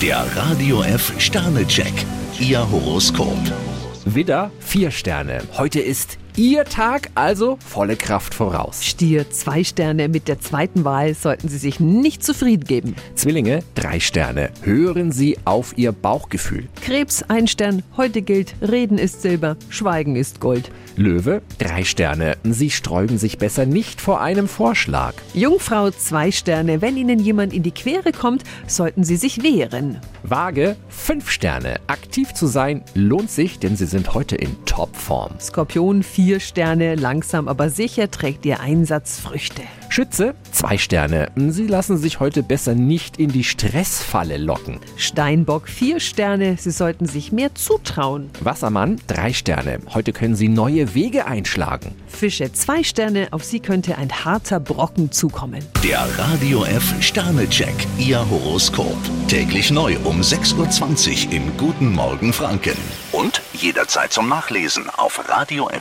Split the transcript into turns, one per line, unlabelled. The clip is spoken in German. Der Radio F Sternecheck, Ihr Horoskop.
Widder, vier Sterne. Heute ist Ihr Tag, also volle Kraft voraus.
Stier, zwei Sterne. Mit der zweiten Wahl sollten Sie sich nicht zufrieden geben.
Zwillinge, drei Sterne. Hören Sie auf Ihr Bauchgefühl.
Krebs, ein Stern. Heute gilt, Reden ist Silber, Schweigen ist Gold.
Löwe, drei Sterne. Sie sträuben sich besser nicht vor einem Vorschlag.
Jungfrau, zwei Sterne. Wenn Ihnen jemand in die Quere kommt, sollten Sie sich wehren.
Waage, fünf Sterne. Aktiv zu sein lohnt sich, denn Sie sind heute in Topform.
Skorpion, vier Sterne. Langsam aber sicher trägt Ihr Einsatz Früchte.
Schütze, zwei Sterne. Sie lassen sich heute besser nicht in die Stressfalle locken.
Steinbock, vier Sterne. Sie sollten sich mehr zutrauen.
Wassermann, drei Sterne. Heute können Sie neue Wege einschlagen.
Fische, zwei Sterne. Auf Sie könnte ein harter Brocken zukommen.
Der Radio F Sternecheck, Ihr Horoskop. Täglich neu um 6.20 Uhr im Guten Morgen Franken. Und jederzeit zum Nachlesen auf radiof.de.